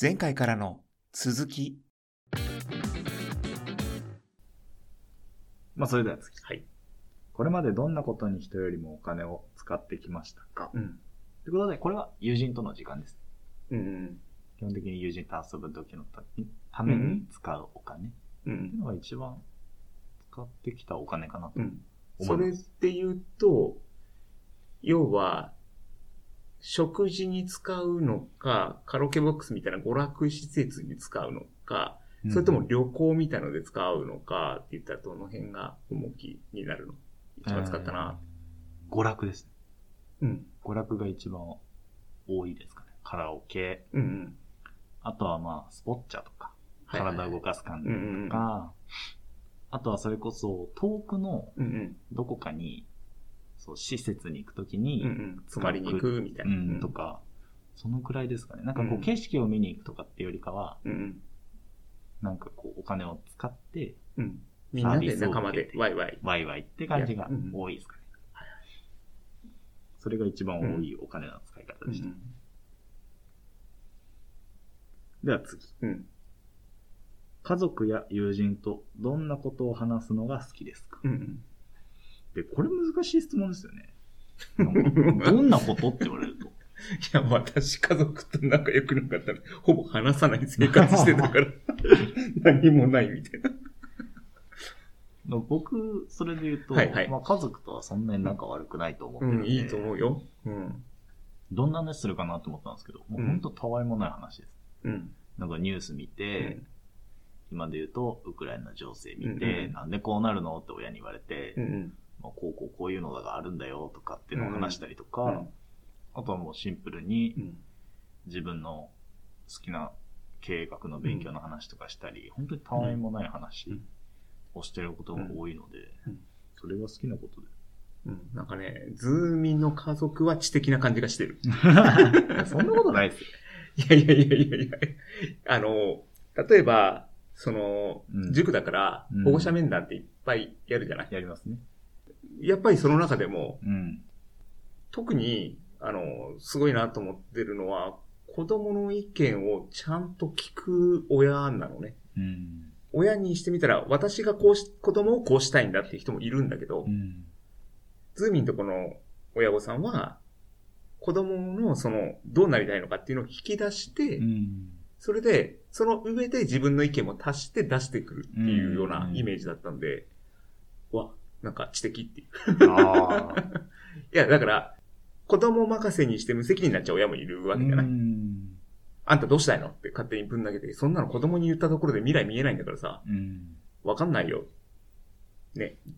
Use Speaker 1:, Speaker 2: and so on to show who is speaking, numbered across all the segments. Speaker 1: 前回からの続き。
Speaker 2: まあそれでは次。
Speaker 3: はい。
Speaker 2: これまでどんなことに人よりもお金を使ってきましたか
Speaker 3: うん。
Speaker 2: ということで、これは友人との時間です。
Speaker 3: うん。
Speaker 2: 基本的に友人と遊ぶ時のたために使うお金っ
Speaker 3: う。
Speaker 2: ていうんのが一番使ってきたお金かなと
Speaker 3: うん。そ
Speaker 2: 思い
Speaker 3: れ
Speaker 2: ま
Speaker 3: っ
Speaker 2: す。
Speaker 3: て言うと、要は、食事に使うのか、カラオケボックスみたいな娯楽施設に使うのか、それとも旅行みたいので使うのかって言ったらどの辺が重きになるの一番使ったな。
Speaker 2: うん。娯楽ですね。
Speaker 3: うん。
Speaker 2: 娯楽が一番多いですかね。カラオケ。
Speaker 3: うんうん。
Speaker 2: あとはまあ、スポッチャとか、
Speaker 3: はいはい
Speaker 2: 体を動かす感
Speaker 3: う
Speaker 2: じ
Speaker 3: んう
Speaker 2: とか、
Speaker 3: んうん。
Speaker 2: あとはそれこそ遠くの
Speaker 3: うん
Speaker 2: どこかに、そう、施設に行くとき
Speaker 3: うん。
Speaker 2: に、
Speaker 3: うんうん。泊まりに行くみたいな。
Speaker 2: うんと。か、そのくらいですかね。なんか
Speaker 3: う
Speaker 2: こ
Speaker 3: ん
Speaker 2: う、景色を見に行くとかっていうよりかは、
Speaker 3: うんうん。
Speaker 2: なんかこう、お金を使って、
Speaker 3: うん。みんなで仲間でワイワイ。
Speaker 2: ワイワイって感じが
Speaker 3: いやうん
Speaker 2: 多いですかね。それが一番多いお金の使い方
Speaker 3: う
Speaker 2: でした。
Speaker 3: ん
Speaker 2: では次。
Speaker 3: うん。
Speaker 2: 家族や友人とどんなことを話すのが好きですか
Speaker 3: うん。
Speaker 2: で、これ難しい質問ですよね。な んかどんなことって言われると。
Speaker 3: いや、私、家族と仲良くなかったら、ほぼ話さない生活してた から、何もないみたいな。
Speaker 2: 僕、それで言うと、
Speaker 3: はいはい
Speaker 2: まあ、家族とはそんなに仲悪くないと思って
Speaker 3: う
Speaker 2: るん
Speaker 3: ん、
Speaker 2: で、
Speaker 3: いいと思うよ。うん。
Speaker 2: どんな話するかなと思ったんですけど、もう本当たわいもない話です。
Speaker 3: うん。
Speaker 2: なんかニュース見て、
Speaker 3: うん
Speaker 2: 今で言うと、ウクライナの情勢見て、
Speaker 3: うんうん
Speaker 2: なんでこうなるのって親に言われて、
Speaker 3: うん。
Speaker 2: まあ、こうこうこういうのがあるんだよとかっていうのを話したりとか、
Speaker 3: うん
Speaker 2: あとはもうシンプルに
Speaker 3: うん。
Speaker 2: 自分の好きな経営学の勉強の話とかしたり、本当にたわいもない話をしてることが多いので、
Speaker 3: うん
Speaker 2: それが好きなことで。
Speaker 3: うん。なんかね、ズーミンの家族は知的な感じがしてる。
Speaker 2: そんなことないですよ。
Speaker 3: いやいやいやいやいやあの、例えば、その、
Speaker 2: うん
Speaker 3: 塾だから
Speaker 2: うん、
Speaker 3: 保護者面談っていっぱいやるじゃない、
Speaker 2: やりますね。
Speaker 3: やっぱりその中でも、
Speaker 2: うん。
Speaker 3: 特に、あの、すごいなと思ってるのは、子供の意見をちゃんと聞く親なのね。
Speaker 2: うん。
Speaker 3: 親にしてみたら、私がこうし、子供をこうしたいんだっていう人もいるんだけど
Speaker 2: う、ん。
Speaker 3: ズーミンとこの親御さんは、子供のその、どうなりたいのかっていうのを引き出して、
Speaker 2: うん。
Speaker 3: それで、その上で自分の意見も足して出してくるっていうような
Speaker 2: うん
Speaker 3: イメージだったんで、わ、なんか知的っていう。
Speaker 2: ああ。
Speaker 3: いや、だから、子供任せにして無責任になっちゃう親もいるわけじゃない。
Speaker 2: うん。
Speaker 3: あんたどうしたいのって勝手にぶん投げて、そんなの子供に言ったところで未来見えないんだからさ、
Speaker 2: うん。
Speaker 3: わかんないよ。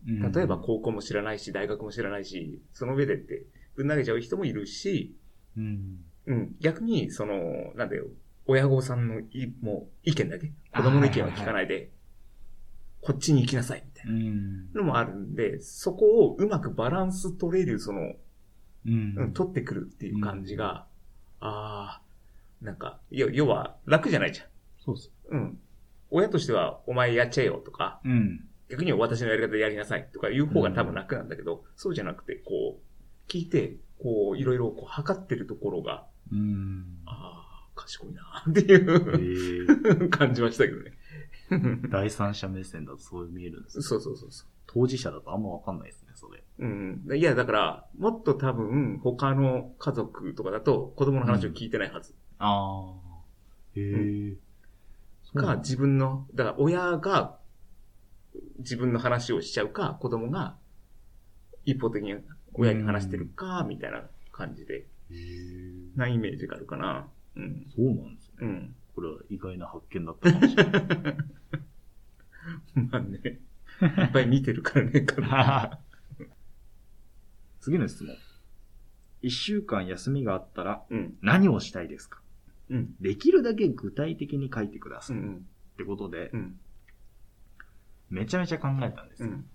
Speaker 2: うん
Speaker 3: 例えば、高校も知らないし、大学も知らないし、その上でって、ぶん投げちゃう人もいるし、
Speaker 2: うん。
Speaker 3: うん、逆に、その、なんだよ、親御さんのい、もう、意見だけ。子供の意見は聞かないで、こっちに行きなさい、みたい
Speaker 2: うん。
Speaker 3: なのもあるんで、そこをうまくバランス取れる、その、
Speaker 2: うん
Speaker 3: うん、取ってくるっていう感じが、ああ、なんか、要要は、楽じゃないじゃん。
Speaker 2: そうっす。
Speaker 3: うん。親としては、お前やっちゃえよとか、
Speaker 2: うん。
Speaker 3: 逆に私のやり方でやりなさいとかいう方が多分楽なんだけど、そうじゃなくて、こう、聞いて、こう、いろいろこう測ってるところが、
Speaker 2: うん。
Speaker 3: ああ、賢いな、っていう
Speaker 2: ええ
Speaker 3: 感じはしたけどね。
Speaker 2: 第三者目線だとそう見えるんですよ
Speaker 3: そうそうそうそ
Speaker 2: 当事者だとあんまわかんないですね、それ。
Speaker 3: う。うん。いや、だから、もっと多分、他の家族とかだと、子供の話を聞いてないはず。
Speaker 2: ああ。へえ。そうな
Speaker 3: か、
Speaker 2: んだ
Speaker 3: 自分の、だから親が自分の話をしちゃうか、子供が一方的に親に話してるか、みたいな感じで、
Speaker 2: へえ
Speaker 3: なイメージがあるかな。うん。
Speaker 2: そうなんですね。
Speaker 3: うん。
Speaker 2: これは意外な発見だったかもしれない。
Speaker 3: まあね、いっぱい見てるからね、家族
Speaker 2: 次の質問。一週間休みがあったら
Speaker 3: うん。
Speaker 2: 何をしたいですか
Speaker 3: うん。
Speaker 2: できるだけ具体的に書いてくだ
Speaker 3: う
Speaker 2: さい。っ
Speaker 3: ん。
Speaker 2: てことで
Speaker 3: う、ん。
Speaker 2: めちゃめちゃ考えたんです
Speaker 3: う
Speaker 2: よ。
Speaker 3: ん。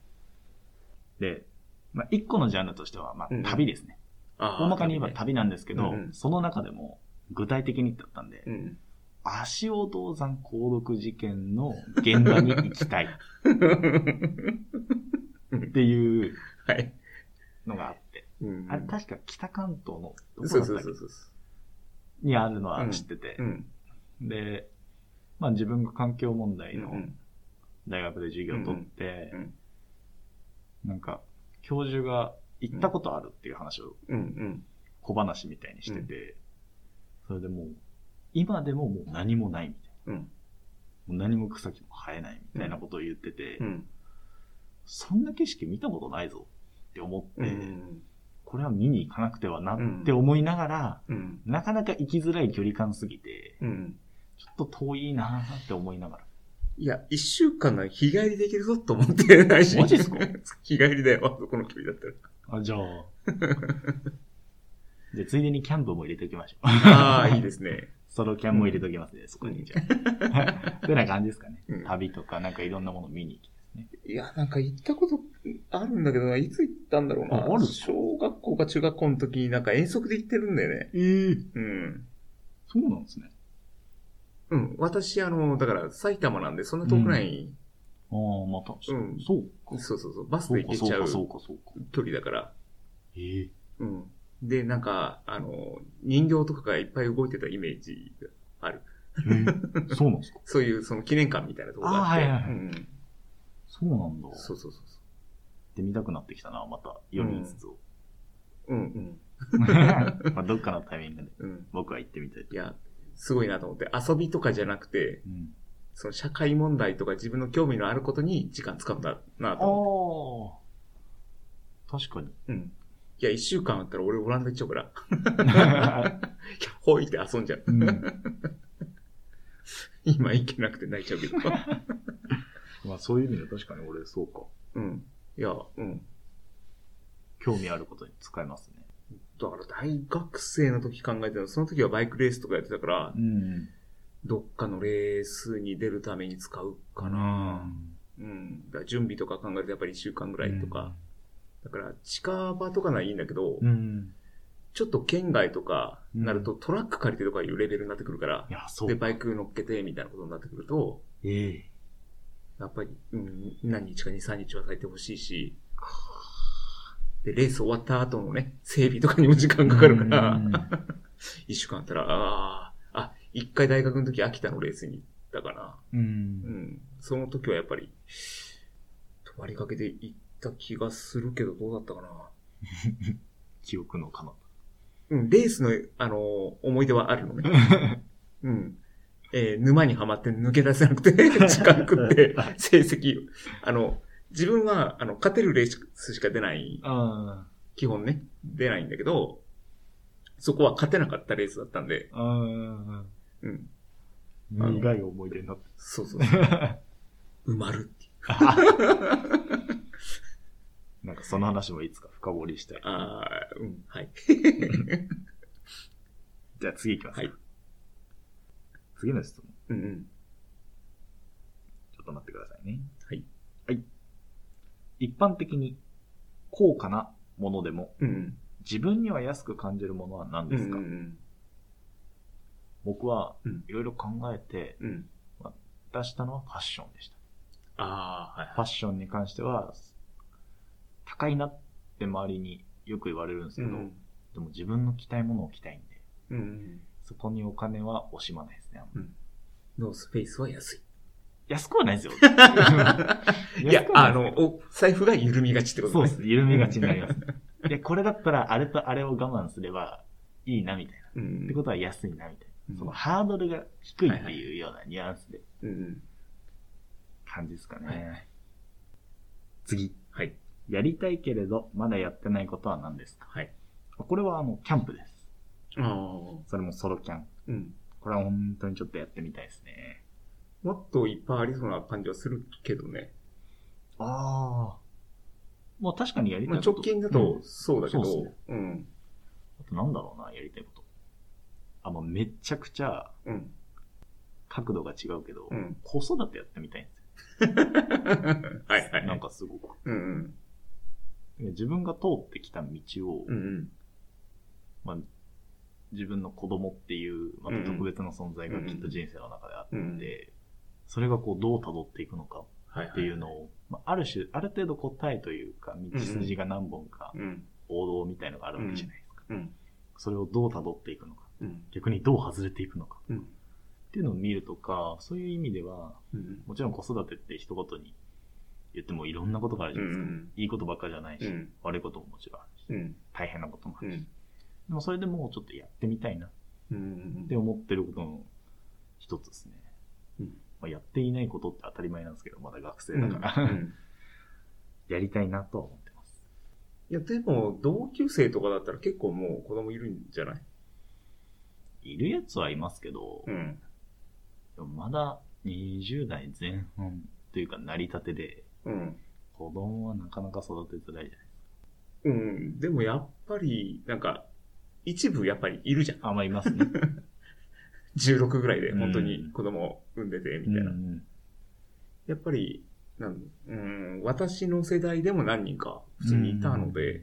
Speaker 2: で、まあ、一個のジャンルとしては、ま
Speaker 3: うん
Speaker 2: あ、旅ですね。
Speaker 3: あ
Speaker 2: 大まかに言えば
Speaker 3: ば
Speaker 2: 旅なんですけど、
Speaker 3: うんうん
Speaker 2: その中でも具体的にだったんで、
Speaker 3: うん。
Speaker 2: 足尾銅山鉱毒事件の現場に行きたい っていう
Speaker 3: はい。
Speaker 2: のがあって、
Speaker 3: うん
Speaker 2: あれ確か北関東のどこ
Speaker 3: そ
Speaker 2: だ
Speaker 3: う
Speaker 2: った
Speaker 3: そう
Speaker 2: っけ
Speaker 3: そうそう。
Speaker 2: にあるのは知ってて、
Speaker 3: うん。
Speaker 2: で、まあ自分が環境問題
Speaker 3: うん
Speaker 2: の大学で授業を取って
Speaker 3: うんうん、
Speaker 2: なんか、教授が行ったことあるっていう話を
Speaker 3: うんうん。
Speaker 2: 小話みたいにしてて、それでもう、今でももう何もないみたい
Speaker 3: うん
Speaker 2: な。もう何も草木も生えないみたいなことを言ってて、
Speaker 3: うん。
Speaker 2: そんな景色見たことないぞって思って、
Speaker 3: うん。
Speaker 2: これは見に行かなくてはなって思いながら、
Speaker 3: うん。
Speaker 2: なかなか行きづらい距離感すぎて、
Speaker 3: うん。
Speaker 2: ちょっと遠いなーって思いながら。
Speaker 3: いや、一週間なら日帰りできるぞと思ってないし。
Speaker 2: マジっすか
Speaker 3: 日帰りだよ、あそこの距離だったら。
Speaker 2: あ、じゃあ。 で、ついでにキャンプも入れておきましょう。
Speaker 3: ああ、いいですね。
Speaker 2: ソロキャンも入れておきますね、そこに。じゃ あ。てな感じですかね。
Speaker 3: うん
Speaker 2: 旅とか、なんかいろんなもの見に行きですね。
Speaker 3: いや、なんか行ったことあるんだけどな、いつ行ったんだろうな。
Speaker 2: あある
Speaker 3: 小学校か中学校の時になんか遠足で行ってるんだよね。
Speaker 2: ええ
Speaker 3: うん。
Speaker 2: そうなんですね。
Speaker 3: うん。私、あの、だから埼玉なんでそんな遠くない、
Speaker 2: ああ、また、
Speaker 3: うん
Speaker 2: そうか。
Speaker 3: そうそうそう、バス
Speaker 2: そ
Speaker 3: で
Speaker 2: う
Speaker 3: 行
Speaker 2: か、
Speaker 3: け
Speaker 2: そう
Speaker 3: ちゃう
Speaker 2: か、そうか、そうか。
Speaker 3: 距離だから。
Speaker 2: ええ
Speaker 3: うん。で、なんか、あの、人形とかがいっぱい動いてたイメージが
Speaker 2: ええそうなんですか。
Speaker 3: そういう、その記念館みたいなところがあって。
Speaker 2: あーはいはいはい
Speaker 3: うん。
Speaker 2: そうなんだ。行
Speaker 3: そうそうそうそ
Speaker 2: ってみたくなってきたな、また、4人ずつを。
Speaker 3: う。うんうん。
Speaker 2: まあ、どっかのタイミングで、
Speaker 3: うん。
Speaker 2: 僕は行ってみたい
Speaker 3: い
Speaker 2: と。
Speaker 3: や、すごいなと思って、遊びとかじゃなくて、
Speaker 2: うん。
Speaker 3: その社会問題とか自分の興味のあることに時間使うんだなと思っ
Speaker 2: ああ。確 かに。
Speaker 3: て。うん。いや、一週間あったら俺オランダ行っちゃうから。
Speaker 2: う
Speaker 3: いや、ほいって遊んじゃう。
Speaker 2: ん
Speaker 3: 今行けなくて泣いちゃ うけど。
Speaker 2: まあそういう意味で確かに俺そうか。
Speaker 3: うん。いや、うん。
Speaker 2: 興味あることに使えますね。
Speaker 3: だから大学生の時考えてたの、その時はバイクレースとかやってたから、
Speaker 2: ん。
Speaker 3: どっかのレースに出るために使うかな。うん。だから準備とか考えるとやっぱり一週間ぐらいとか。。だから近場とかならいいんだけど、
Speaker 2: うん。
Speaker 3: ちょっと県外とかなるとトラック借りてとかいうレベルになってくるから
Speaker 2: い、や、そ
Speaker 3: で、
Speaker 2: う。
Speaker 3: バイク乗っけてみたいなことになってくると、
Speaker 2: ええ。
Speaker 3: やっぱり、うん、何日か2、3日は咲いてほしいし、で、レース終わった後のね、整備とかにも時間かかるから、
Speaker 2: ら。
Speaker 3: 一週間あったら、ああ、あ、一回大学の時秋田のレースに行ったかな。
Speaker 2: う。
Speaker 3: うんん。その時はやっぱり、泊まりかけで行った気がするけど、どうだったかな。
Speaker 2: 記憶の かな。
Speaker 3: うん、レースの、あの、思い出はあるのね。うん。えー沼にはまって抜け出せな くて、時間食って、成績、あの、自分は、あの、勝てるレースしか出ない、
Speaker 2: あ
Speaker 3: 基本ね、出ないんだけど、そこは勝てなかったレースだったんで、
Speaker 2: あ。
Speaker 3: うん。
Speaker 2: 苦い思い出になって。
Speaker 3: そうそう そう。埋まるっていう。
Speaker 2: なんかその話もいつか深掘りしたい。
Speaker 3: ああ、うん、はい。
Speaker 2: じゃあ次行きます。
Speaker 3: はい。
Speaker 2: 次の質問。
Speaker 3: うんうん。
Speaker 2: ちょっと待ってくださいね。
Speaker 3: はい。
Speaker 2: はい。一般的に、高価なものでも、
Speaker 3: うん
Speaker 2: 自分には安く感じるものは何
Speaker 3: うん。う
Speaker 2: です
Speaker 3: ん
Speaker 2: か、
Speaker 3: うん
Speaker 2: 僕は
Speaker 3: うん
Speaker 2: いろいろ考えて
Speaker 3: うん。うん。
Speaker 2: 出したのはファッションでした。
Speaker 3: ああ、はい
Speaker 2: ファッションに関しては、高いなって周りによく言われるんですけ
Speaker 3: う
Speaker 2: ど、
Speaker 3: ん。
Speaker 2: でも自分の着たいものを着たいんで、
Speaker 3: うん。
Speaker 2: そこにお金は惜しまないですね。
Speaker 3: ノースペースは安 い。
Speaker 2: 安くはないですよ。
Speaker 3: いや
Speaker 2: 安、くは
Speaker 3: あ
Speaker 2: ないです
Speaker 3: の、お財布が緩みがちって
Speaker 2: けど
Speaker 3: こと
Speaker 2: そ
Speaker 3: ね。
Speaker 2: うです。緩みがちになりますね。で、これだったらあれとあれを我慢すればいいなみたいな。
Speaker 3: うん。
Speaker 2: ってことは安いなみたい
Speaker 3: うん
Speaker 2: な。そのハードルが低いっていうようなニュアンスで
Speaker 3: うん。
Speaker 2: 感じですかね。
Speaker 3: はい
Speaker 2: 次。
Speaker 3: はい。
Speaker 2: やりたいけれど、まだやってないことは何ですか
Speaker 3: はい。
Speaker 2: これはあの、キャンプです。
Speaker 3: ああ。
Speaker 2: それもソロキャン。
Speaker 3: うん。
Speaker 2: これは本当にちょっとやってみたいですね。
Speaker 3: もっといっぱいありそうな感じはするけどね。
Speaker 2: ああ。まあ確かにやりたい
Speaker 3: まあ、
Speaker 2: こと。
Speaker 3: 直近だと
Speaker 2: うん
Speaker 3: そうだけど、
Speaker 2: そうっすね
Speaker 3: うん。
Speaker 2: あとなんだろうな、やりたいこと。あ、まあめちゃくちゃ
Speaker 3: うん。
Speaker 2: 角度が違うけど、
Speaker 3: うん。
Speaker 2: 子育てやってみたいんですよ。
Speaker 3: はいはい。
Speaker 2: なん、かすごく。
Speaker 3: うん
Speaker 2: 自分が通ってきた道を、
Speaker 3: うん。うん
Speaker 2: まあ、自分の子供っていう、また特別な存在がきっと人生の中であって、
Speaker 3: うん。うん。、
Speaker 2: それがこうどう辿っていくのか
Speaker 3: はいは
Speaker 2: っていうのを、まあ、ある種、ある程度答えというか、道筋が何本か
Speaker 3: うん。
Speaker 2: 王道みたいのがあるわけじゃないですか。
Speaker 3: うん。
Speaker 2: それをどう辿っていくのか、
Speaker 3: うん。
Speaker 2: 逆にどう外れていくのか、
Speaker 3: うん。
Speaker 2: っていうのを見るとか、そういう意味では、
Speaker 3: うん。
Speaker 2: もちろん子育てって一言に言ってもいろんなことがあるじ
Speaker 3: う
Speaker 2: ゃないですか。
Speaker 3: ん。
Speaker 2: いいことばっかじゃないし、
Speaker 3: うん
Speaker 2: 悪いことももちろんあるし、
Speaker 3: うん。
Speaker 2: 大変なこともあ
Speaker 3: う
Speaker 2: るし、
Speaker 3: ん。
Speaker 2: でもそれでもうちょっとやってみたいなっ
Speaker 3: うん
Speaker 2: て。思ってることの一つですね。
Speaker 3: うん
Speaker 2: まあ、やっていないことって当たり前なんですけど、まだ学生
Speaker 3: うん
Speaker 2: だから、
Speaker 3: うん
Speaker 2: やりたいなとは思ってます。
Speaker 3: いや、でも、同級生とかだったら結構もう子供いるんじゃない
Speaker 2: いるやつはいますけど、
Speaker 3: ん。
Speaker 2: でもまだ20代前半というか成り立てで、
Speaker 3: うん。
Speaker 2: 子供はなかなか育てづらいじゃない
Speaker 3: うん。でもやっぱり、なんか、一部やっぱりいるじゃん。
Speaker 2: あ、まあ、いますね。
Speaker 3: 16ぐらいで
Speaker 2: うん
Speaker 3: 本当に子供を産んでて、みたいな。
Speaker 2: うん
Speaker 3: やっぱり、なんうん、私の世代でも何人か普通にいたので、、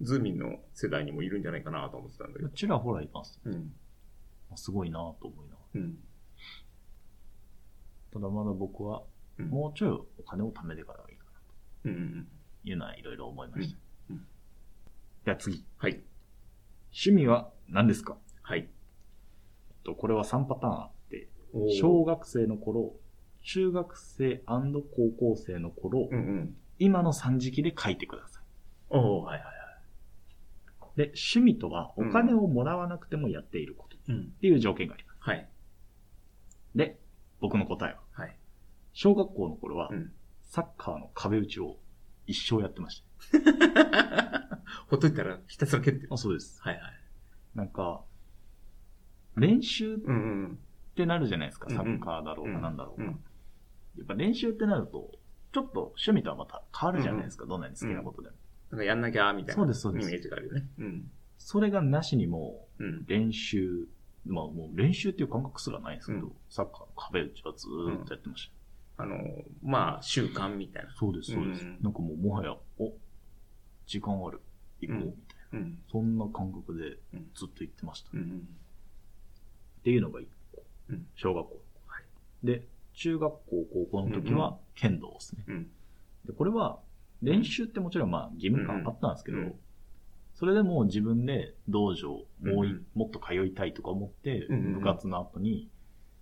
Speaker 3: ズーミンの世代にもいるんじゃないかなと思ってたんだけ
Speaker 2: うん
Speaker 3: ど。
Speaker 2: ちらほらいます。
Speaker 3: うん。
Speaker 2: すごいなと思いながら。
Speaker 3: うん。
Speaker 2: ただまだ僕は、
Speaker 3: うん
Speaker 2: もうちょいお金を貯めてからはいいかなと
Speaker 3: うん。
Speaker 2: いうのはいろいろ思いました。
Speaker 3: うんうん
Speaker 2: じゃあ次。
Speaker 3: はい。
Speaker 2: 趣味は何ですか
Speaker 3: はい。
Speaker 2: とこれは3パターンあって、
Speaker 3: おー
Speaker 2: 小学生の頃、中学生高校生の頃、
Speaker 3: うんうん。
Speaker 2: 今の三時期で書いてください。
Speaker 3: おーはいはいは
Speaker 2: で、趣味とはお金をもらわなくてもやっていることっ
Speaker 3: い。うん。
Speaker 2: ていう条件があります。
Speaker 3: はい。
Speaker 2: で、僕の答えは、
Speaker 3: はい。
Speaker 2: 小学校の頃は
Speaker 3: うん。
Speaker 2: サッカーの壁打ちを一生やってました。
Speaker 3: ほっといたらひたすら蹴ってる。
Speaker 2: あ、そうです。
Speaker 3: はいはい。
Speaker 2: なんか、練習っ
Speaker 3: うんうん
Speaker 2: てなるじゃないですか。
Speaker 3: うんうん
Speaker 2: サッカーだろう
Speaker 3: う
Speaker 2: が
Speaker 3: ん
Speaker 2: なんだろう
Speaker 3: う
Speaker 2: が。
Speaker 3: ん。
Speaker 2: やっぱ練習ってなると、ちょっと趣味とはまた変わるじゃないですか。どんなに好きなことでも。
Speaker 3: なんかやんなきゃ、みたい
Speaker 2: そう
Speaker 3: な
Speaker 2: です、そう
Speaker 3: イ
Speaker 2: で
Speaker 3: メ
Speaker 2: す。
Speaker 3: ージがあるよね。うん。
Speaker 2: それがなしにも
Speaker 3: うん
Speaker 2: う。練習、まあもう練習っていう感覚すらないですけど、
Speaker 3: うん
Speaker 2: サッカーの壁打ちはずーっとやってました。
Speaker 3: あの、まあ、習慣みたいな。
Speaker 2: そうです、そうです。
Speaker 3: うん
Speaker 2: なんかもうもはや、お、時間ある。行こう、
Speaker 3: うん
Speaker 2: みたいな。
Speaker 3: うん。
Speaker 2: そんな感覚で
Speaker 3: うん
Speaker 2: ずっと行ってました。
Speaker 3: う
Speaker 2: っ
Speaker 3: ん。
Speaker 2: ていうのが一個
Speaker 3: うん。
Speaker 2: 小学校。で、中学校、高校の時は剣道ですね。
Speaker 3: うん。
Speaker 2: で、これは練習ってもちろんまあ義務感あったんですけど、
Speaker 3: うんうん
Speaker 2: それでもう自分で道場もうい、
Speaker 3: うん
Speaker 2: もっと通いたいとか思って、
Speaker 3: うんうんうん
Speaker 2: 部活の後に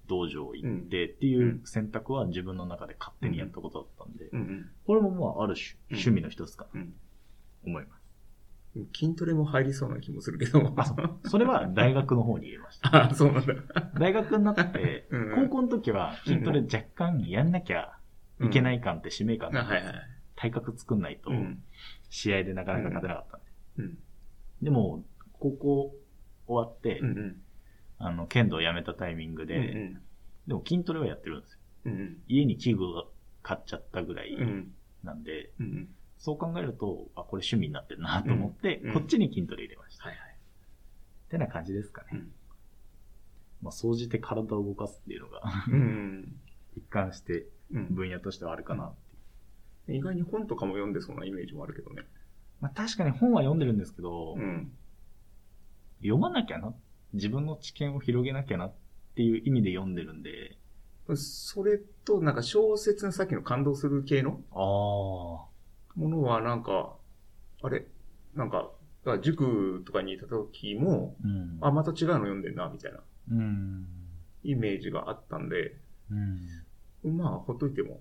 Speaker 2: 道場行ってっていう選択は自分の中で勝手にやったことだったんで、
Speaker 3: うん。
Speaker 2: これもまあある種
Speaker 3: うん
Speaker 2: 趣味の一つか
Speaker 3: う。
Speaker 2: なんと思います。
Speaker 3: 筋トレも入りそうな気もするけど。
Speaker 2: あ、そう。それは大学の方に入れました。
Speaker 3: あ、そうなんだ。
Speaker 2: 大学になって、
Speaker 3: うん
Speaker 2: 高校の時は筋トレ若干やんなきゃいけない感って使命感
Speaker 3: うん。あ
Speaker 2: だった
Speaker 3: は
Speaker 2: んで
Speaker 3: い
Speaker 2: す
Speaker 3: はい。
Speaker 2: 体格作んないと
Speaker 3: うん。
Speaker 2: 試合でなかなか勝てなかったんで
Speaker 3: うん。
Speaker 2: でも、高校終わって、
Speaker 3: うんうん。
Speaker 2: あの、剣道をやめたタイミングで、
Speaker 3: うん
Speaker 2: でも筋トレはやってるんですよ。
Speaker 3: うん。
Speaker 2: 家に器具を買っちゃったぐらい
Speaker 3: うん。
Speaker 2: なんで、
Speaker 3: うん。
Speaker 2: そう考えると、あ、これ趣味になってるなと思って、
Speaker 3: うんうん
Speaker 2: こっちに筋トレ入れました。
Speaker 3: はいはい。
Speaker 2: ってな感じですかね。
Speaker 3: うん
Speaker 2: まあ、総じて体を動かすっていうの が、
Speaker 3: うん。
Speaker 2: 一貫して
Speaker 3: うん。
Speaker 2: 分野としてはあるかなって いう。
Speaker 3: 意外に本とかも読んでそうなイメージもあるけどね。
Speaker 2: まあ、確かに本は読んでるんですけど、
Speaker 3: うん。
Speaker 2: 読まなきゃな、自分の知見を広げなきゃなっていう意味で読んでるんで、
Speaker 3: それと、なんか小説のさっきの感動する系の
Speaker 2: ああ、
Speaker 3: ものはなんか、あれなんか、だから塾とかにいた時も、
Speaker 2: うん。
Speaker 3: あ、また違うの読んでんな、みたいな
Speaker 2: うん。
Speaker 3: イメージがあったんで、
Speaker 2: うん。
Speaker 3: まあ、ほっといても。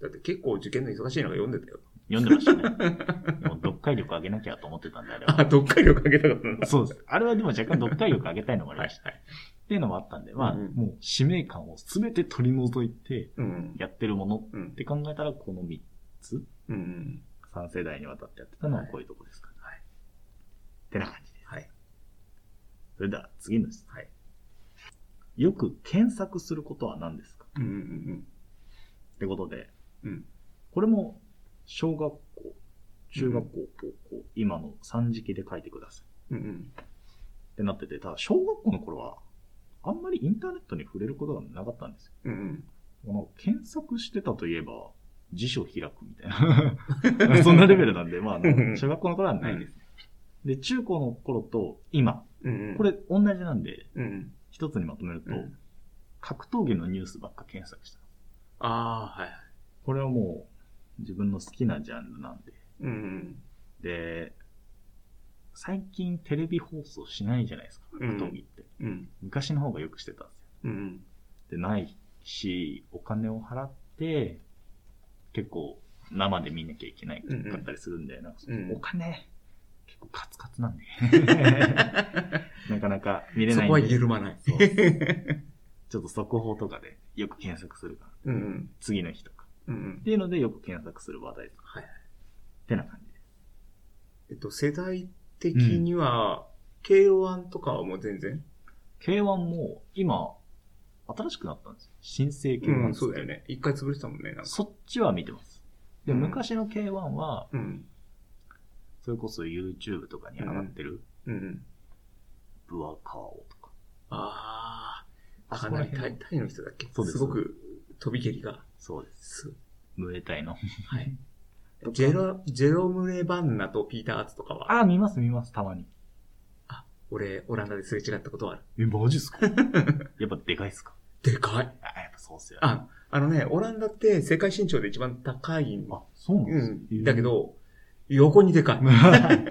Speaker 3: だって結構受験の忙しいのが読んでたよ。
Speaker 2: 読んでましたね。でも読解力上げなきゃと思ってたんで、あれ
Speaker 3: あ、
Speaker 2: は。
Speaker 3: 読解力上げたかったんだ。
Speaker 2: そうです。あれはでも若干読解力上げたいのもあり
Speaker 3: はい
Speaker 2: ま
Speaker 3: は
Speaker 2: した。
Speaker 3: い。
Speaker 2: っていうのもあったんで、まあ、
Speaker 3: うんうん
Speaker 2: もう使命感を全て取り除いて
Speaker 3: うん。
Speaker 2: やってるものっ
Speaker 3: うん。
Speaker 2: て考えたら、この3つ、
Speaker 3: うん。
Speaker 2: 3世代にわたってやってたのはこういうとこですかね。
Speaker 3: はいはい
Speaker 2: ってな感じです。
Speaker 3: はい。
Speaker 2: それでは次の質問。
Speaker 3: はい
Speaker 2: よく検索することは何ですか
Speaker 3: うん。うん。
Speaker 2: ってことで、
Speaker 3: うん
Speaker 2: これも小学校、中学校、高校、今の3時期で書いてください。
Speaker 3: うん。うん。
Speaker 2: ってなってて、ただ小学校の頃は、あんまりインターネットに触れることがなかったんですよ。
Speaker 3: うん。
Speaker 2: この検索してたといえば、辞書開くみた いな。そんなレベルなんで、まああの、小学校の頃はないですね。で、中高の頃と今、
Speaker 3: うん。
Speaker 2: これ、同じなんで、
Speaker 3: うん。
Speaker 2: 一つにまとめると、
Speaker 3: うん
Speaker 2: 格闘技のニュースばっか検索した。
Speaker 3: ああ、はい。
Speaker 2: これはもう、自分の好きなジャンルなんで。
Speaker 3: うん。
Speaker 2: で、最近テレビ放送しないじゃないですか、格闘技って。
Speaker 3: うん。
Speaker 2: 昔の方がよくしてたんですよ。
Speaker 3: うん。
Speaker 2: ってないし、お金を払って、結構生で見なきゃいけないかったりするんで、なんかそ
Speaker 3: うん
Speaker 2: のお金、結構カツカ ツなんで。なかなか見れ
Speaker 3: そ
Speaker 2: ないん
Speaker 3: こは
Speaker 2: で。
Speaker 3: 緩まない。
Speaker 2: そうちょっと速報とかでよく検索するから、
Speaker 3: うん。
Speaker 2: 次の日とか。
Speaker 3: うん
Speaker 2: っ。ていうのでよく検索する話題とか。
Speaker 3: はい
Speaker 2: ってな感じです。
Speaker 3: えっと、世代的には、K1 とかはもう全然。
Speaker 2: K1 も今、新しくなったんですよ。新生 K1
Speaker 3: う
Speaker 2: っ
Speaker 3: ん、
Speaker 2: つって
Speaker 3: そうだよね。一回潰れてたもんね、なんか。
Speaker 2: そっちは見てます。で、
Speaker 3: うん
Speaker 2: 昔の K1 は、
Speaker 3: うん。
Speaker 2: それこそ YouTube とかに上がってる、
Speaker 3: うん。
Speaker 2: ブアカーオとか。
Speaker 3: ああ、
Speaker 2: あそ
Speaker 3: か
Speaker 2: こら
Speaker 3: なり
Speaker 2: 辺
Speaker 3: タイタイの人だっけ
Speaker 2: そうです
Speaker 3: すごく飛び蹴りが。
Speaker 2: そうです。
Speaker 3: す
Speaker 2: ムエタイの。
Speaker 3: はい。ジェロ、ジェロムレバンナとピーターアーツとかは、
Speaker 2: ああ、見ます見ます、たまに。
Speaker 3: 俺、オランダですれ違ったことはある。
Speaker 2: え、マジっすか やっぱでかいっすか
Speaker 3: でかい。
Speaker 2: あやっぱそうっすよ。
Speaker 3: あ、あのね、オランダって世界身長で一番高いん
Speaker 2: あ、そうなん
Speaker 3: う
Speaker 2: です
Speaker 3: ん。だけ、ど、横にで かい。だか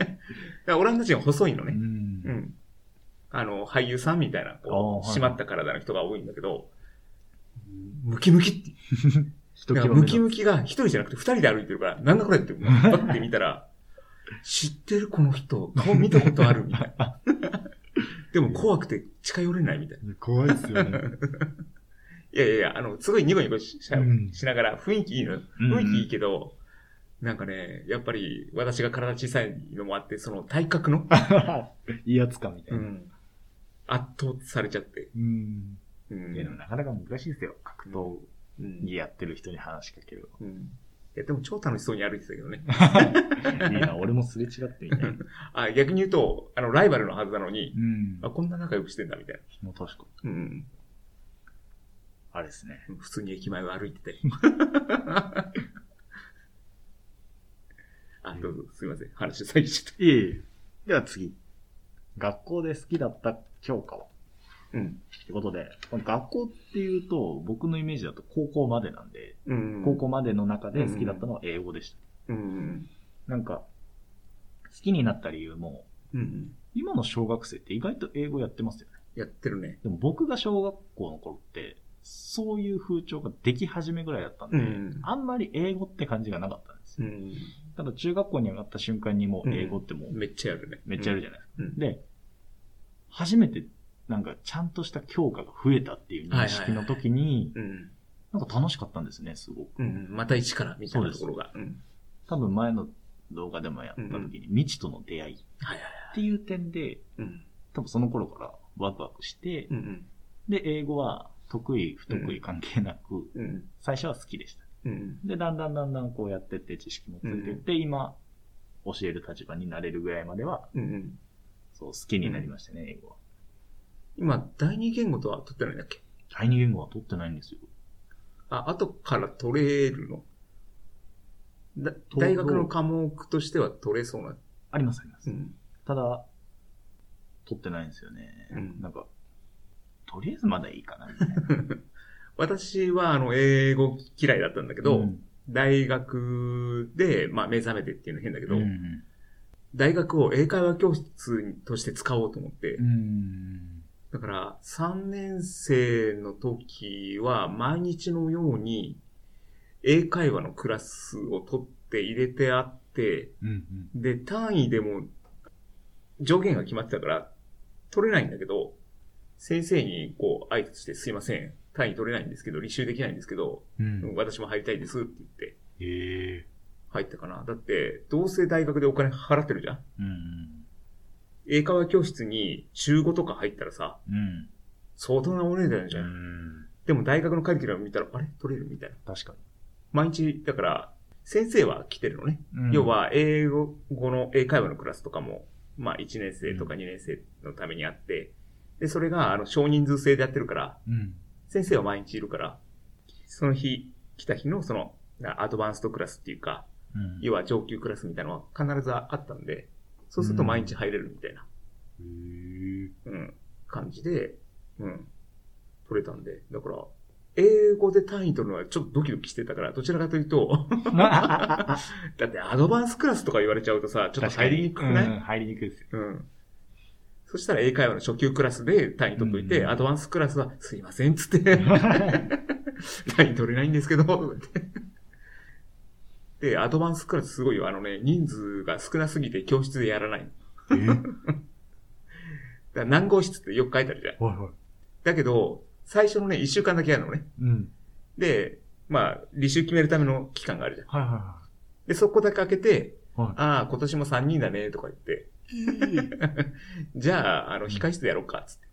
Speaker 3: らオランダ人は細いの
Speaker 2: う
Speaker 3: ね。
Speaker 2: ん
Speaker 3: う。ん。あの、俳優さんみたいな、こう、
Speaker 2: あーはい
Speaker 3: 締まった体の人が多いんだけど、ムキムキって。
Speaker 2: 人
Speaker 3: だ
Speaker 2: 気
Speaker 3: から
Speaker 2: は
Speaker 3: ムキムキが一人じゃなくて二人で歩いてるから、なんだこれって、 パッて見たら、知ってるこの人、顔見たことあるみたいな。 でも怖くて近寄れないみたいな。
Speaker 2: 怖いっす よね。
Speaker 3: いやいやいや、あの、すごいニコニコしし,、
Speaker 2: うん
Speaker 3: しながら、雰囲気いいの。雰囲気いいけど、なんかね、やっぱり私が体小さいのもあって、その体格の、
Speaker 2: いいやつかみたいな。
Speaker 3: 圧倒されちゃって。
Speaker 2: うん。
Speaker 3: うん
Speaker 2: いや、でもなかなか難しいですよ。格闘
Speaker 3: うん
Speaker 2: 技やってる人に話しかける
Speaker 3: うんいや、でも超楽しそうに歩いてたけどね。
Speaker 2: の。いいな、俺もすれ違ってみたいな。
Speaker 3: あ逆に言うと、あの、ライバルのはずなのに、
Speaker 2: うん
Speaker 3: あ、こんな仲良くしてんだみたいな。
Speaker 2: もう確かに。
Speaker 3: うん。
Speaker 2: あれですね。
Speaker 3: 普通に駅前を歩いてた り。あ、どうぞ、すいません。話を遮っちゃっ
Speaker 2: いえいえ。では次。学校で好きだった教科は
Speaker 3: た。うん。
Speaker 2: ってことで、この学校っていうと、僕のイメージだと高校までなんで、
Speaker 3: うん
Speaker 2: 高校までの中で好きだったのは英語でした。
Speaker 3: うん。
Speaker 2: なんか、好きになった理由も、
Speaker 3: うん。
Speaker 2: 今の小学生って意外と英語やってますよね。
Speaker 3: やってるね。
Speaker 2: でも僕が小学校の頃って、そういう風潮ができ始めぐらいだったんで、
Speaker 3: ん
Speaker 2: あんまり英語って感じがなかったんです
Speaker 3: う
Speaker 2: よ。
Speaker 3: ん。
Speaker 2: ただ中学校に上がった瞬間にもう英語ってもう
Speaker 3: めっちゃやるね。
Speaker 2: めっちゃあるじゃ
Speaker 3: ゃ
Speaker 2: ないですか。
Speaker 3: ん。うん。
Speaker 2: で、初めてなんかちゃんとした教科が増えたっていう認識の時に、
Speaker 3: うん。
Speaker 2: なんか楽しかったんですね、すごく。
Speaker 3: うん。また一から、みたいなところが。うん。
Speaker 2: 多分前の動画でもやった時に未知との出会いっ
Speaker 3: はいはいはい。
Speaker 2: ていう点で、
Speaker 3: うん。
Speaker 2: 多分その頃からワクワクして
Speaker 3: う、ん。
Speaker 2: で、英語は得意、不得意関係なく、
Speaker 3: うん。
Speaker 2: 最初は好きでした。
Speaker 3: うん。
Speaker 2: で、だんだんだんだんこうやってって知識もついてって、今、教える立場になれるぐらいまでは、
Speaker 3: うん。
Speaker 2: そう、好きになりましたね、英語は。
Speaker 3: 今、第二言語とは取ってないんだっけ
Speaker 2: 第二言語は取ってないんですよ。
Speaker 3: あ、後から取れるのだ
Speaker 2: う
Speaker 3: 大学の科目としては取れそうな。
Speaker 2: あります、あります。
Speaker 3: ん。
Speaker 2: ただ、取ってないんですよね。
Speaker 3: うん
Speaker 2: なんか、とりあえずまだいいかな。
Speaker 3: 私は、あの、英語嫌いだったんだけど、
Speaker 2: うん
Speaker 3: 大学で、まあ、目覚めてっていうの変だけど、
Speaker 2: うん
Speaker 3: 大学を英会話教室として使おうと思って、
Speaker 2: うん。
Speaker 3: だから、3年生の時は、毎日のように、英会話のクラスを取って入れてあって、
Speaker 2: うんうん。
Speaker 3: で、単位でも、上限が決まってたから、取れないんだけど、先生にこう挨拶して、すいません、単位取れないんですけど、履修できないんですけど、
Speaker 2: うん。
Speaker 3: 私も入りたいですって言って、
Speaker 2: へえ。
Speaker 3: 入ったかな。だって、どうせ大学でお金払ってるじゃん
Speaker 2: うん
Speaker 3: 英会話教室に中5とか入ったらさ、
Speaker 2: うん。うん。
Speaker 3: 相当なお値段じ
Speaker 2: う
Speaker 3: ゃん。
Speaker 2: ん。
Speaker 3: でも大学のカリキュラム見たら、あれ取れるみたいな。
Speaker 2: 確か
Speaker 3: 毎日、だから、先生は来てるのね。
Speaker 2: に。うん
Speaker 3: 要、は、英語の英会話のクラスとかも、まあ、1年生とか2年生のためにあって、で、それが、あの、少人数制でやってるから、
Speaker 2: うん。
Speaker 3: 先生は毎日いるから、その日、来た日の、その、なアドバンストクラスっていうか、
Speaker 2: うん
Speaker 3: 要は上級クラスみたいなのは必ずあったんで、そうすると毎日入れるみたいな、
Speaker 2: へー
Speaker 3: うん、感じで、うん、取れたんで、だから、英語で単位取るのはちょっとドキドキしてたから、どちらかというと、 だってアドバンスクラスとか言われちゃうとさ、ちょっと入りにくくない、
Speaker 2: うん入りにくいですよ。
Speaker 3: うん、そしたら英会話の初級クラスで単位取っといて、
Speaker 2: うん
Speaker 3: アドバンスクラスはすいませんっつ って、単位取れないんですけど、ってで、アドバンスクラスすごいよ。あのね、人数が少なすぎて教室でやらない。だか
Speaker 2: えはい
Speaker 3: ら何号室ってよく書いてあるじゃん。
Speaker 2: は
Speaker 3: だけど、最初のね、一週間だけやるのね。
Speaker 2: い。うん。
Speaker 3: で、まあ、履修決めるための期間があるじゃん。
Speaker 2: はいは
Speaker 3: で、そこだけ開けて、
Speaker 2: はい
Speaker 3: ああ、今年も3人だね、とか言って、
Speaker 2: いはい。
Speaker 3: じゃあ、あの、控室でやろうか、つって。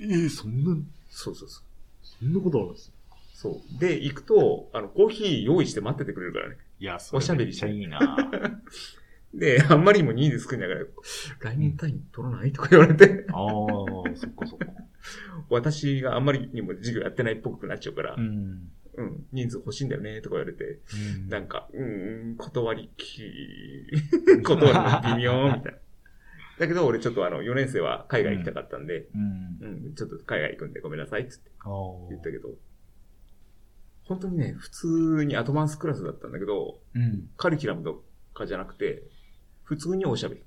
Speaker 2: えー、えーそんな、
Speaker 3: そうそうそう。
Speaker 2: そんなことあるんですね
Speaker 3: そう。で、行くと、あの、コーヒー用意して待っててくれるからね。
Speaker 2: いや、そ
Speaker 3: れおしゃべり
Speaker 2: めっちゃいいな
Speaker 3: で、あんまりにも人数少ないから、来年単位取らないとか言われ て、
Speaker 2: ああ、そっかそっか。
Speaker 3: 私があんまりにも授業やってないっぽくなっちゃうから、
Speaker 2: ん。
Speaker 3: うん、人数欲しいんだよね、とか言われて、なんか、うーん、断りき、 断り微妙、みたいな。だけど、俺ちょっとあの、4年生は海外行きたかったんで、
Speaker 2: うん。
Speaker 3: うん、ちょっと海外行くんでごめんなさい、つって
Speaker 2: あー
Speaker 3: 言ったけど、本当にね、普通にアドバンスクラスだったんだけど、
Speaker 2: うん。
Speaker 3: カリキュラムとかじゃなくて、普通におしゃべ り。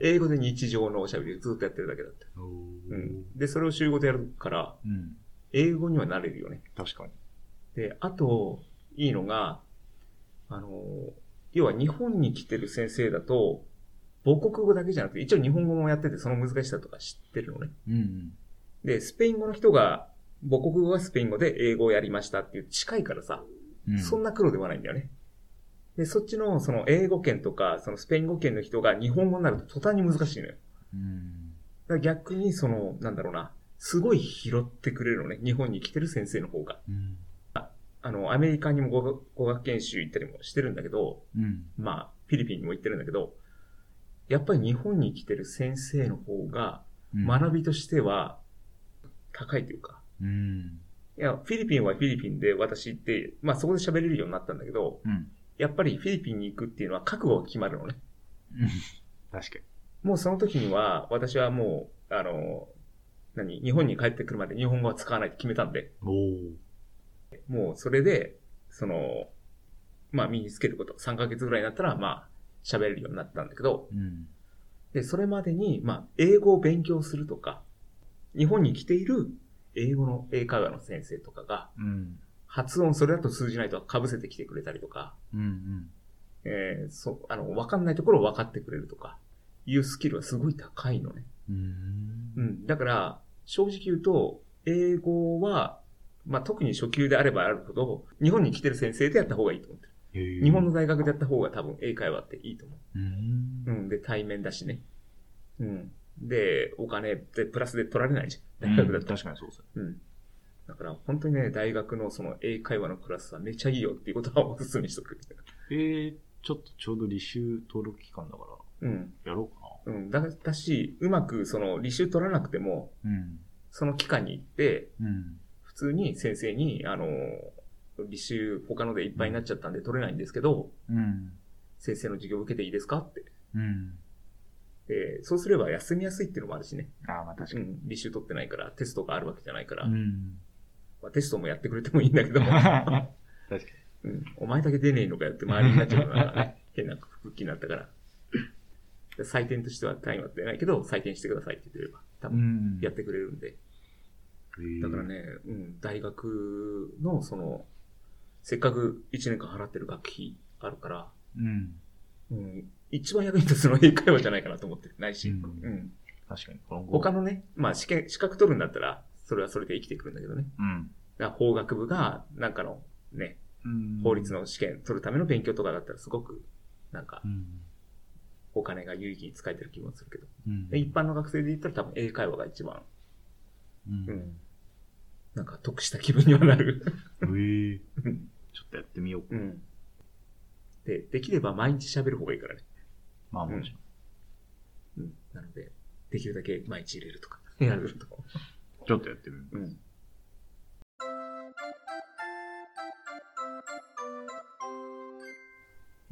Speaker 3: 英語で日常のおしゃべりずっとやってるだけだった。
Speaker 2: おー
Speaker 3: うん。で、それを週5でやるから、
Speaker 2: うん。
Speaker 3: 英語にはなれるよね。
Speaker 2: 確かに。
Speaker 3: で、あと、いいのが、あの、要は日本に来てる先生だと、母国語だけじゃなくて、一応日本語もやってて、その難しさとか知ってるのね。
Speaker 2: うん。
Speaker 3: で、スペイン語の人が、母国語はスペイン語で英語をやりましたっていう近いからさ、
Speaker 2: う
Speaker 3: そんな苦労ではないんだよね。で、そっちの、その英語圏とか、そのスペイン語圏の人が日本語になると途端に難しいのよ。
Speaker 2: うん。
Speaker 3: だから逆に、その、なんだろうな、すごい拾ってくれるのね。日本に来てる先生の方が。
Speaker 2: うん。
Speaker 3: あの、アメリカにも語学語学研修行ったりもしてるんだけど、
Speaker 2: うん。
Speaker 3: まあ、フィリピンにも行ってるんだけど、やっぱり日本に来てる先生の方が、学びとしては、高いというか、
Speaker 2: うん。
Speaker 3: いや、フィリピンはフィリピンで私行って、まあそこで喋れるようになったんだけど、
Speaker 2: うん
Speaker 3: やっぱりフィリピンに行くっていうのは覚悟が決まるのね。
Speaker 2: 確かに。
Speaker 3: もうその時には、私はもう、あの、何、日本に帰ってくるまで日本語は使わないって決めたんで、
Speaker 2: おお。
Speaker 3: もうそれで、その、まあ身につけること、3ヶ月ぐらいになったら、まあ喋れるようになったんだけど、
Speaker 2: うん。
Speaker 3: で、それまでに、まあ英語を勉強するとか、日本に来ている英語の英会話の先生とかが、
Speaker 2: うん。
Speaker 3: 発音それだと通じないと被せてきてくれたりとか、
Speaker 2: うん。
Speaker 3: えーそう、あの、わかんないところを分かってくれるとか、いうスキルはすごい高いのね。
Speaker 2: うん。
Speaker 3: うん。だから、正直言うと、英語は、まあ、特に初級であればあるほど、日本に来てる先生でやった方がいいと思ってる。
Speaker 2: 日
Speaker 3: 日本の大学でやった方が多分英会話っていいと思
Speaker 2: う。
Speaker 3: う。うんん。で、対面だしね。うん。で、お金でプラスで取られないじゃん。大学だと。
Speaker 2: 確かにそうですね。
Speaker 3: うん。だから、本当にね、大学のその英会話のクラスはめちゃいいよっていうことはお勧めしとく。
Speaker 2: えー、ちょっとちょうど履修登録期間だか
Speaker 3: うん。
Speaker 2: ら、やろうか
Speaker 3: うん、だだし、うまくその履修取らなくても、
Speaker 2: な。うん。
Speaker 3: その期間に行って、
Speaker 2: うん。
Speaker 3: 普通に先生に、あの、履修他のでいっぱいになっちゃったんで取れないんですけど、
Speaker 2: うん。
Speaker 3: 先生の授業受けていいですかって。
Speaker 2: うん。
Speaker 3: えそうすれば休みやすいっていうのもあるしね。
Speaker 2: ああ、まあ確
Speaker 3: う
Speaker 2: かに。
Speaker 3: ん、履修取ってないから、テストがあるわけじゃないから、
Speaker 2: ん。
Speaker 3: まあ、テストもやってくれてもいいんだけど
Speaker 2: 確
Speaker 3: も、
Speaker 2: か
Speaker 3: うん、お前だけ出ねえのかよって周りになっちゃうから、 変な空気になったから。で採点としては単位は出ないけど、採点してくださいって言ってれば、多
Speaker 2: に。
Speaker 3: 分
Speaker 2: ん
Speaker 3: やってくれるんで。だから。ね、うん、大学の、その、せっかく1年間払ってる学費あるから、
Speaker 2: うん。
Speaker 3: うん、一番役に立つのは英会話じゃないかなと思ってないし、
Speaker 2: う
Speaker 3: うんん
Speaker 2: 確かに。この後
Speaker 3: 他のね、まあ試験、資格取るんだったら、それはそれで生きてくるんだけどね。
Speaker 2: うん。
Speaker 3: だから法学部が、なんかのね、法律の試験取るための勉強とかだったら、すごく、なんか
Speaker 2: う、ん。
Speaker 3: お金が有意義に使えてる気もするけど、
Speaker 2: うん。
Speaker 3: で一般の学生で言ったら多分英会話が一番、
Speaker 2: うん。
Speaker 3: う
Speaker 2: え
Speaker 3: ん、なんか得した気分にはなる。
Speaker 2: えー
Speaker 3: うん。
Speaker 2: ちょっとやってみようか。
Speaker 3: うん。で、できれば毎日喋る方がいいからね。
Speaker 2: まあもちろん。
Speaker 3: うん。なので、できるだけ毎日入れるとか、やるとか。
Speaker 2: ちょっとやってみよう。
Speaker 3: うん。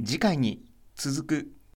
Speaker 1: 次回に続く。